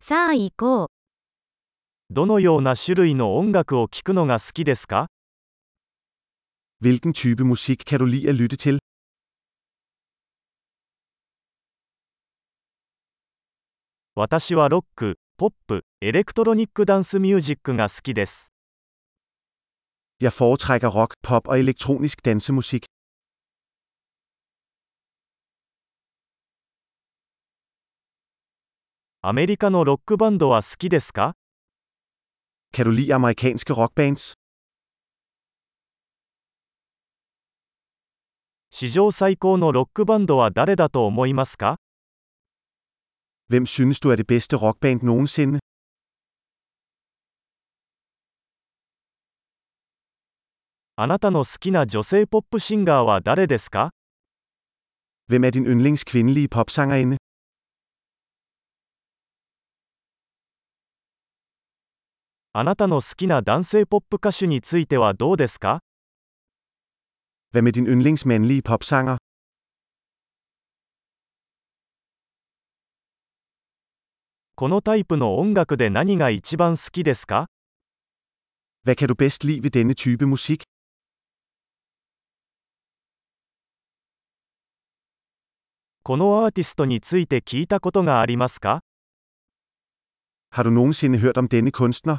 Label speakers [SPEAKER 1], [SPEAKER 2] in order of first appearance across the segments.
[SPEAKER 1] さあ行こう。
[SPEAKER 2] どのような種類の音楽を聴くのが好きですか
[SPEAKER 3] Hvilken type musik kan du lide at lytte til?
[SPEAKER 2] 私はロック、ポップ、エレクトロニックダンスミュージックが好きです。
[SPEAKER 3] Jeg foretrækker rock, pop og elektronisk dansemusik.
[SPEAKER 2] アメリカのロックバンドは好きですか
[SPEAKER 3] Kan du lide amerikanske rockbands?
[SPEAKER 2] 史上最高のロックバンドは誰だと思いますか
[SPEAKER 3] Hvem synes du er det bedste rockband nogensinde?
[SPEAKER 2] あなたの好きな女性ポップシンガーは誰ですか
[SPEAKER 3] Hvem er din yndlings kvindelige popsangerinde?
[SPEAKER 2] あなたの好きな男性ポップ歌手についてはどうですか
[SPEAKER 3] Hvad med din yndlings mandlige popsanger?
[SPEAKER 2] このタイプの音楽で何が一番好きですか
[SPEAKER 3] Hvad kan du bedst lide ved denne type musik?
[SPEAKER 2] このアーティストについて聞いたことがありますか
[SPEAKER 3] Har du nogensinde hørt om denne kunstner?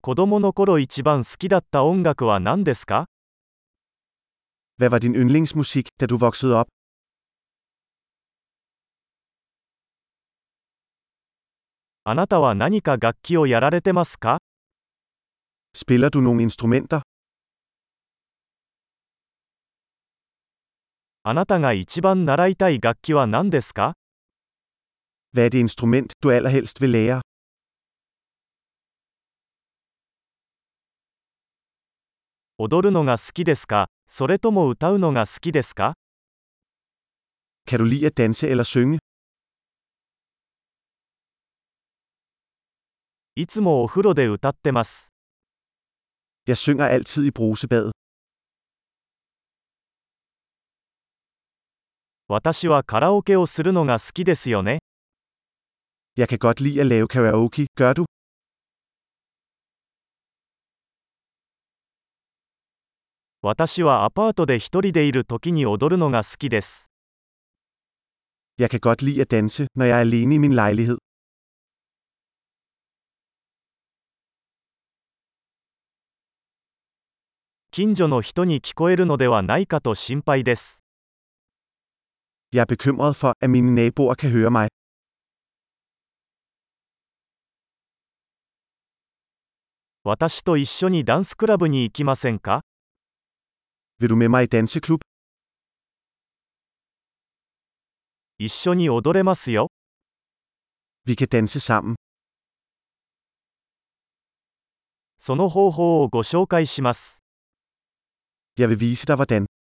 [SPEAKER 2] 子供の頃一番好きだった音楽は何ですか
[SPEAKER 3] Hvad var din yndlingsmusik, da du voksede op?
[SPEAKER 2] あなたは何か楽器をやられてますか
[SPEAKER 3] Spiller du nogle instrumenter?
[SPEAKER 2] あなたが一番習いたい楽器は何ですか
[SPEAKER 3] Hvad er det instrument, du allerhelst vil lære?
[SPEAKER 2] 踊るのが好きですかそれとも歌うのが好きですか
[SPEAKER 3] Kan du lide at danse eller synge?
[SPEAKER 2] いつもお風呂で歌ってます。
[SPEAKER 3] Jeg synger altid i brusebadet.
[SPEAKER 2] 私はカラオケをするのが好きですよね。
[SPEAKER 3] Jeg kan godt lide at lave karaoke, gør du?
[SPEAKER 2] 私はアパートで一人でいる時に踊るのが好きです。
[SPEAKER 3] Jeg kan godt lide at danse, når jeg er alene i min lejlighed.
[SPEAKER 2] 近所の人に聞こえるのではないかと心配です。
[SPEAKER 3] Jeg er bekymret for, at mine naboer kan høre mig.
[SPEAKER 2] 私と一緒にダンスクラブに行きませんか
[SPEAKER 3] Vil du med mig i danseklub?
[SPEAKER 2] 一緒に踊れますよ。
[SPEAKER 3] Vi kan danse sammen.
[SPEAKER 2] その方法をご紹介します。
[SPEAKER 3] Jeg vil vise dig hvordan.